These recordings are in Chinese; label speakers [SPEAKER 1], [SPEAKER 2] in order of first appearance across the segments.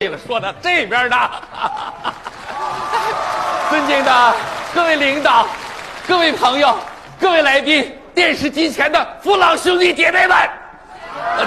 [SPEAKER 1] 这个说的这边的， 尊敬的各位领导、各位朋友、各位来宾、电视机前的父老兄弟姐妹们，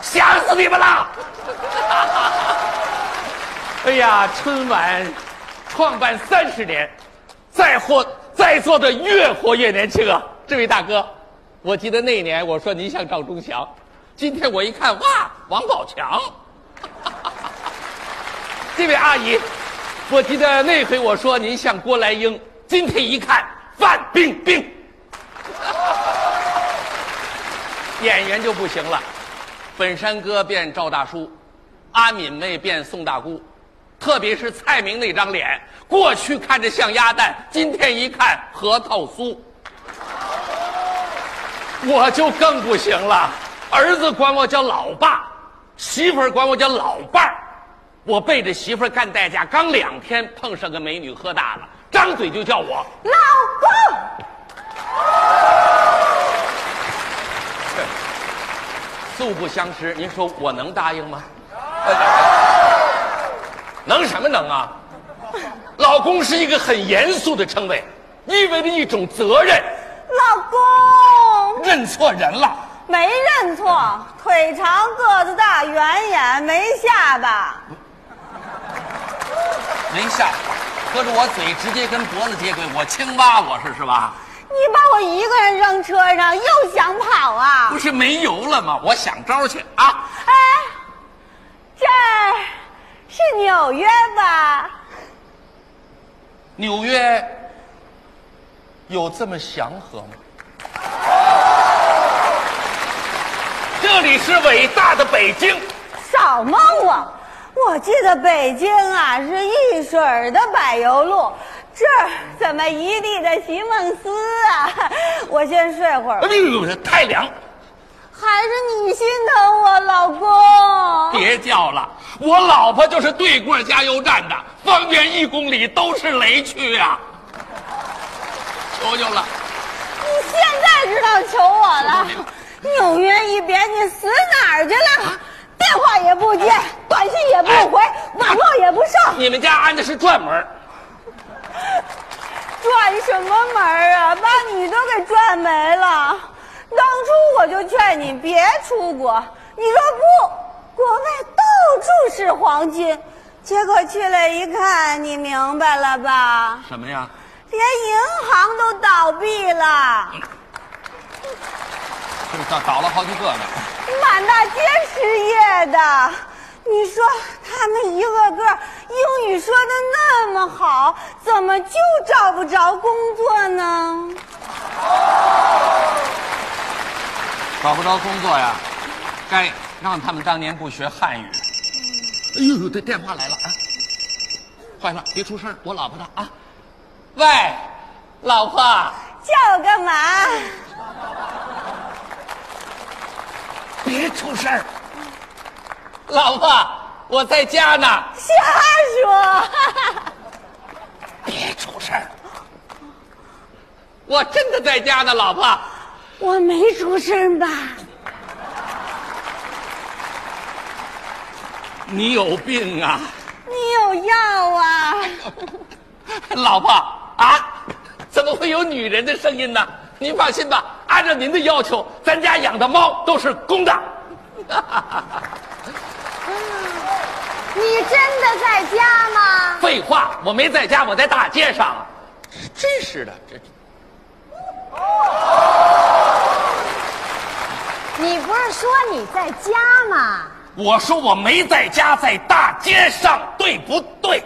[SPEAKER 1] 想死你们了！ 哎呀，春晚创办三十年，在活在座的越活越年轻啊！这位大哥，我记得那年我说您像赵忠祥，今天我一看，哇，王宝强。这位阿姨，我记得那回我说您像郭来英，今天一看，范冰冰。演员就不行了，本山哥变赵大叔，阿敏妹变宋大姑，特别是蔡明那张脸，过去看着像鸭蛋，今天一看核桃酥。我就更不行了，儿子管我叫老爸，媳妇儿管我叫老伴儿。我背着媳妇儿干代驾，刚两天碰上个美女喝大了，张嘴就叫我
[SPEAKER 2] 老公，
[SPEAKER 1] 素不相识，您说我能答应吗？ 能什么能啊？老公是一个很严肃的称谓，意味着一种责任。
[SPEAKER 2] 老公，
[SPEAKER 1] 认错人了，
[SPEAKER 2] 没认错，腿长个子大，圆眼没下巴，
[SPEAKER 1] 没下巴，哎合着我嘴直接跟脖子接轨，我青蛙我是是吧？
[SPEAKER 2] 你把我一个人扔车上，又想跑啊
[SPEAKER 1] 不？是没油了吗？我想招去啊！
[SPEAKER 2] 哎，这儿是纽约吧？
[SPEAKER 1] 纽约有这么祥和吗？这里是伟大的北京，
[SPEAKER 2] 少蒙我！我记得北京啊是一水儿的柏油路，这儿怎么一地的席梦思啊？ 我先睡会儿吧
[SPEAKER 1] 哎。呦，太凉，
[SPEAKER 2] 还是你心疼我老公？
[SPEAKER 1] 别叫了，我老婆就是对过加油站的，方圆一公里都是雷区呀、求求了，
[SPEAKER 2] 你现在知道求我了？纽约一别，你死哪儿去了？电话也不接，短信也不回，网络也不上，
[SPEAKER 1] 你们家安的是转门儿，
[SPEAKER 2] 转什么门儿啊？把你都给转没了。当初我就劝你别出国，你说不，国外到处是黄金。结果去了一看，你明白了吧？
[SPEAKER 1] 什么呀？
[SPEAKER 2] 连银行都倒闭了，
[SPEAKER 1] 就是倒倒了好几个呢。
[SPEAKER 2] 满大街失业的。你说他们一个个英语说的那么好，怎么就找不着工作呢？
[SPEAKER 1] 找不着工作呀，该让他们当年不学汉语。哎呦，这电话来了啊！坏了，别出声，我老婆的啊。喂，老婆，
[SPEAKER 2] 叫我干嘛？
[SPEAKER 1] 别出声。老婆，我在家呢。
[SPEAKER 2] 瞎 说！
[SPEAKER 1] 别出声。我真的在家呢，老婆。
[SPEAKER 2] 我没出声吧？
[SPEAKER 1] 你有病啊，
[SPEAKER 2] 你有药啊？
[SPEAKER 1] 老婆啊？怎么会有女人的声音呢？您放心吧，按照您的要求，咱家养的猫都是公的。
[SPEAKER 2] 你真的在家吗？
[SPEAKER 1] 废话，我没在家，我在大街上。真是的，这
[SPEAKER 2] 你不是说你在家吗？
[SPEAKER 1] 我说我没在家，在大街上，对不对？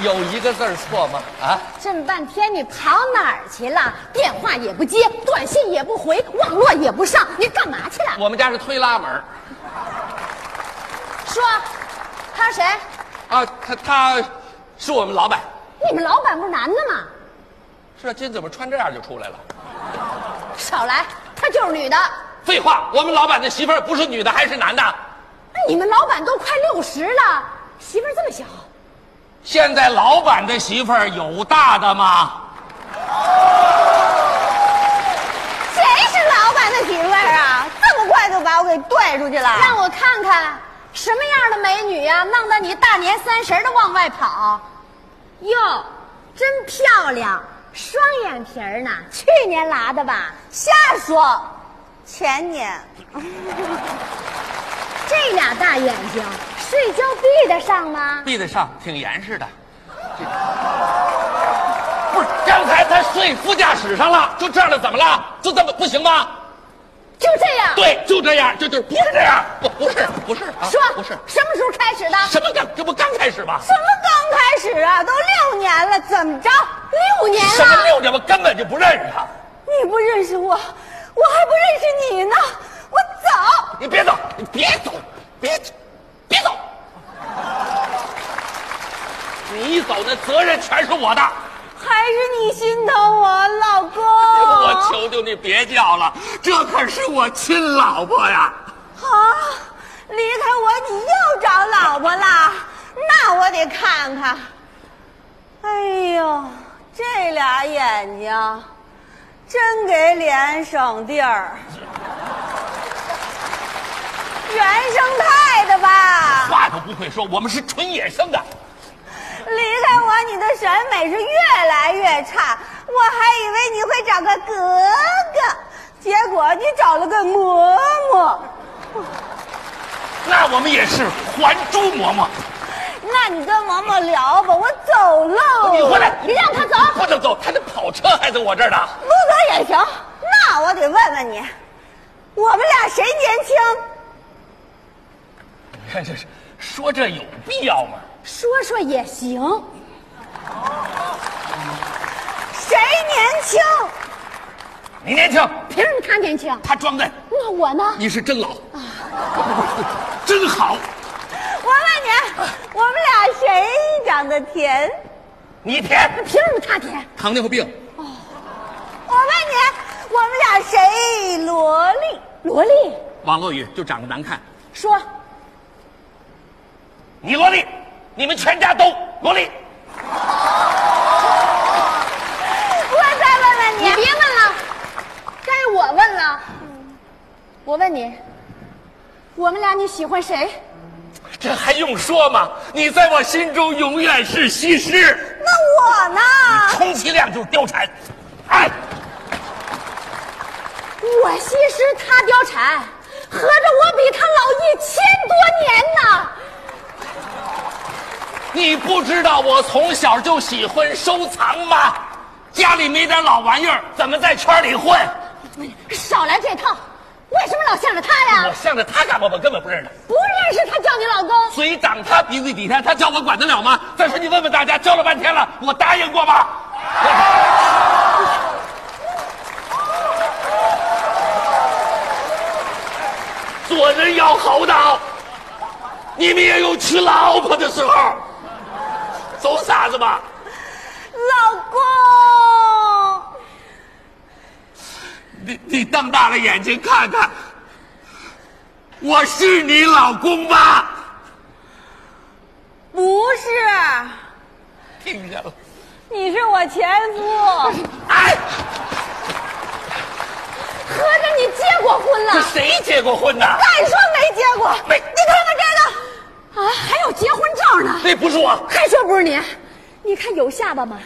[SPEAKER 1] 有一个字儿错吗？啊，
[SPEAKER 3] 这么半天你跑哪儿去了？电话也不接，短信也不回，网络也不上，你干嘛去了？
[SPEAKER 1] 我们家是推拉门儿
[SPEAKER 3] 说，他是谁？
[SPEAKER 1] 啊，他他是我们老板。
[SPEAKER 3] 你们老板不是男的吗？
[SPEAKER 1] 是啊，今天怎么穿这样就出来了？
[SPEAKER 3] 少来，他就是女的。哎
[SPEAKER 1] 废话，我们老板的媳妇儿不是女的还是男的？
[SPEAKER 3] 你们老板都快六十了，媳妇儿这么小，
[SPEAKER 1] 现在老板的媳妇儿有大的吗？
[SPEAKER 2] 谁是老板的媳妇儿啊？这么快就把我给拽出去了。
[SPEAKER 3] 让我看看什么样的美女呀、弄得你大年三十的往外跑。哟，真漂亮，双眼皮儿呢？去年拉的吧？
[SPEAKER 2] 瞎说，前年
[SPEAKER 3] 这俩大眼睛，睡觉闭得上吗？
[SPEAKER 1] 闭得上，挺严实的。这不是，刚才他睡副驾驶上了，就这样了，怎么了？就这么不行吗？
[SPEAKER 3] 就这样。
[SPEAKER 1] 对，就这样，就就不是这样，不不是不是啊，
[SPEAKER 3] 说
[SPEAKER 1] 不是
[SPEAKER 3] 什么时候开始的？
[SPEAKER 1] 什么刚，这不刚开始吗？
[SPEAKER 2] 什么刚开始啊？都六年了，怎么着？
[SPEAKER 3] 六年
[SPEAKER 1] 什么
[SPEAKER 3] 了。
[SPEAKER 1] 六年，我根本就不认识他。
[SPEAKER 2] 你不认识我，我还不认识你呢。我走，
[SPEAKER 1] 你别走，你别走，别走，别走！你一走，那责任全是我的。
[SPEAKER 2] 还是你心疼我，老公。
[SPEAKER 1] 哎我求求你别叫了，这可是我亲老婆呀！
[SPEAKER 2] 啊，离开我你又找老婆啦？那我得看看。哎呦，这俩眼睛，真给脸省地儿。原生态的吧？
[SPEAKER 1] 话都不会说，我们是纯野生的。
[SPEAKER 2] 离开我，你的审美是越来越差。我还以为你会找个格格，结果你找了个嬷嬷。
[SPEAKER 1] 那我们也是《还珠嬷嬷》。
[SPEAKER 2] 那你跟嬷嬷聊吧，我走喽。
[SPEAKER 1] 你回来，
[SPEAKER 3] 你让他走
[SPEAKER 1] 不能走，他的跑车还在我这儿呢。
[SPEAKER 2] 不走也行。那我得问问你，我们俩谁年轻？
[SPEAKER 1] 你看这是，说这有必要吗？
[SPEAKER 3] 说说也行，
[SPEAKER 2] 谁年轻？
[SPEAKER 1] 你年轻，
[SPEAKER 3] 凭什么他年轻？
[SPEAKER 1] 他装嫩，
[SPEAKER 3] 那我呢？
[SPEAKER 1] 你是真老，真好。
[SPEAKER 2] 我问你，我们俩谁长得甜？
[SPEAKER 1] 你甜，
[SPEAKER 3] 凭什么他甜？
[SPEAKER 1] 糖尿病，
[SPEAKER 2] 我问你，我们俩谁萝莉？
[SPEAKER 3] 萝莉
[SPEAKER 1] 网络语就长得难看。
[SPEAKER 3] 说
[SPEAKER 1] 你萝莉，你们全家都萝莉。
[SPEAKER 2] 我再问问
[SPEAKER 3] 你别
[SPEAKER 2] 你，
[SPEAKER 3] 问了，该我问了。我问你，我们俩你喜欢谁？
[SPEAKER 1] 这还用说吗？你在我心中永远是西施，
[SPEAKER 2] 那我呢？
[SPEAKER 1] 充其量就是貂蝉。哎，
[SPEAKER 3] 我西施，他貂蝉，合着我比他老一千多年呢。
[SPEAKER 1] 你不知道我从小就喜欢收藏吗？家里没点老玩意儿，怎么在圈里混？
[SPEAKER 3] 少来这套，为什么老向着他
[SPEAKER 1] 我
[SPEAKER 3] 呀？
[SPEAKER 1] 向着他干嘛？我根本不认识他。
[SPEAKER 3] 不认识他叫你老公，
[SPEAKER 1] 嘴长他鼻子底下，他叫我管得了吗？再说你问问大家，叫了半天了，我答应过吗？ 做人要厚道，你们也有娶老婆的时候，走傻子吧。
[SPEAKER 2] 老公，
[SPEAKER 1] 你你瞪大了眼睛看看，我是你老公吗？
[SPEAKER 2] 不是，
[SPEAKER 1] 听见了。
[SPEAKER 2] 你是我前夫。
[SPEAKER 1] 哎，
[SPEAKER 3] 合着你结过婚了
[SPEAKER 1] 这谁结过婚呐？
[SPEAKER 2] 敢说没结果？
[SPEAKER 1] 没
[SPEAKER 2] 你看看这个。
[SPEAKER 3] 啊？还有结婚照呢？
[SPEAKER 1] 那不是我。
[SPEAKER 3] 还说不是你？你看有下巴吗？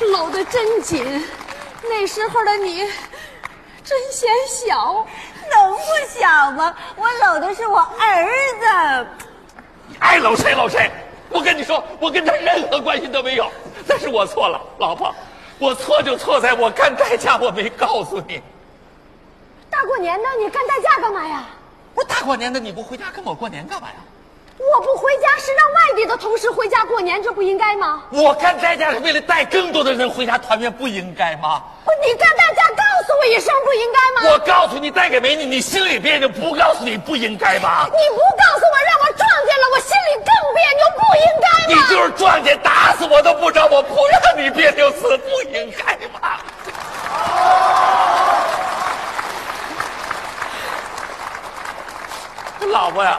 [SPEAKER 3] 搂得真紧，那时候的你真显小。
[SPEAKER 2] 能不小吗？我搂的是我儿子。
[SPEAKER 1] 爱搂哎谁搂谁。我跟你说，我跟他任何关系都没有，但是我错了，老婆，我错就错在我干代驾，我没告诉你。
[SPEAKER 3] 大过年的，你干代驾干嘛呀？
[SPEAKER 1] 不是大过年的你不回家跟我过年干嘛呀？
[SPEAKER 3] 我不回家是让外地的同事回家过年，这不应该吗？
[SPEAKER 1] 我干代驾是为了带更多的人回家团圆，不应该吗？
[SPEAKER 3] 不，你干代驾告诉我一声不应该吗？
[SPEAKER 1] 我告诉你，带给美女，你心里别扭；不告诉你，不应该吗？
[SPEAKER 3] 你不告诉我，让我撞见了，我心里更别扭，不应该
[SPEAKER 1] 你
[SPEAKER 3] 吗？
[SPEAKER 1] 就是撞见打死我都不找我，不让你别扭死，不应该吗？老婆呀，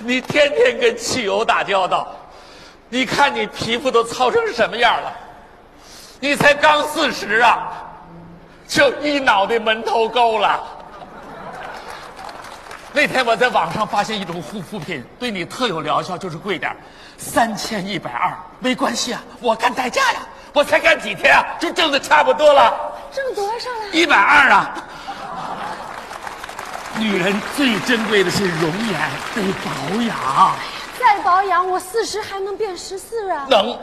[SPEAKER 1] 你天天跟汽油打交道，你看你皮肤都糙成什么样了？你才刚四十啊，就一脑袋门头沟了。那天我在网上发现一种护肤品，对你特有疗效，就是贵点儿三千一百二，没关系啊，我干代驾呀，我才干几天啊，就挣的差不多了，
[SPEAKER 2] 挣多少了？
[SPEAKER 1] 一百二啊。女人最珍贵的是容颜，得保养。
[SPEAKER 2] 再保养，我四十还能变十四啊！
[SPEAKER 1] 能，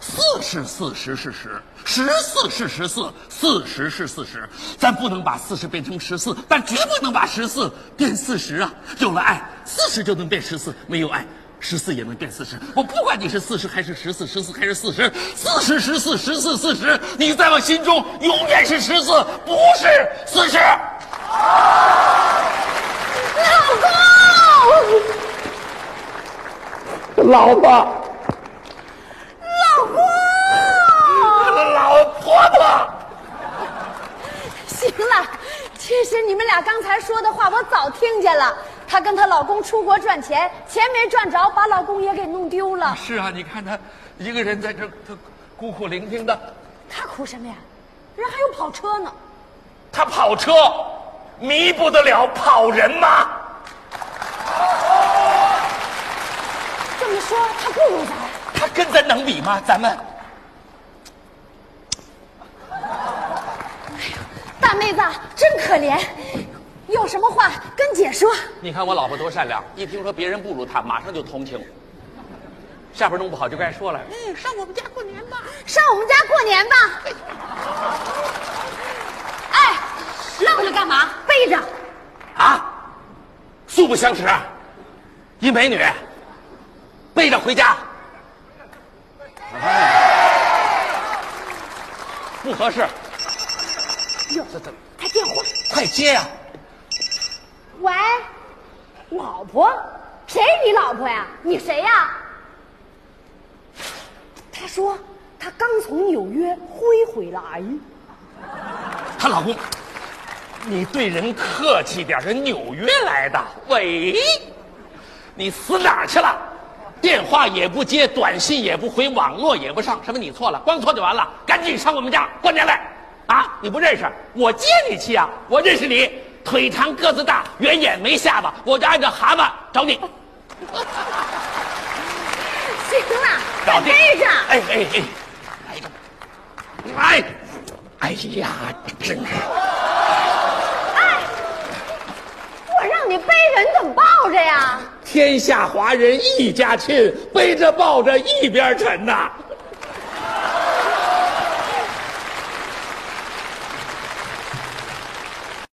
[SPEAKER 1] 四是四十是十，十四是十四，四十是四十。咱不能把四十变成十四，但绝不能把十四变四十啊！有了爱，四十就能变十四；没有爱，十四也能变四十。我不管你是四十还是十四，十四还是四十，四十十四十四四十，你在我心中永远是十四，不是四十。
[SPEAKER 2] 老
[SPEAKER 1] 老
[SPEAKER 2] 公，
[SPEAKER 1] 婆，
[SPEAKER 2] 老公，
[SPEAKER 1] 老婆婆。
[SPEAKER 2] 行了，其实你们俩刚才说的话我早听见了。她跟她老公出国赚钱，钱没赚着，把老公也给弄丢了。
[SPEAKER 1] 是啊，你看他一个人在这儿，他孤苦伶仃的。
[SPEAKER 2] 她哭什么呀？人还有跑车呢。
[SPEAKER 1] 他跑车，弥补得了跑人吗？
[SPEAKER 2] 这么说，她不如咱。
[SPEAKER 1] 他跟咱能比吗？咱们
[SPEAKER 2] 大妹子真可怜，有什么话跟姐说。
[SPEAKER 1] 你看我老婆多善良，一听说别人不如她，马上就同情。下边弄不好就该说了。嗯，上我们家过年吧。
[SPEAKER 2] 上我们家过年吧。哎，愣着干嘛？背着。
[SPEAKER 1] 啊，素不相识，啊一美女，背着回家，啊不合适，
[SPEAKER 2] 哟，他电话。
[SPEAKER 1] 快接呀、
[SPEAKER 2] 喂，老婆，谁是你老婆呀？你谁呀？他说他刚从纽约飞回来。
[SPEAKER 1] 她老公，你对人客气点儿，人纽约来的。喂，你死哪儿去了？电话也不接，短信也不回，网络也不上，什么你错了，光错就完了，赶紧上我们家过年来。啊，你不认识我接你去啊？我认识你，腿长个子大，圆眼没下巴，我就按照蛤蟆找你。
[SPEAKER 2] 行了，
[SPEAKER 1] 找
[SPEAKER 2] 再
[SPEAKER 1] 定
[SPEAKER 2] 啊背着。
[SPEAKER 1] 哎哎哎，哎，哎呀，真是。
[SPEAKER 2] 我让你背着，你怎么抱着呀？
[SPEAKER 1] 天下华人一家亲，背着抱着一边沉呐。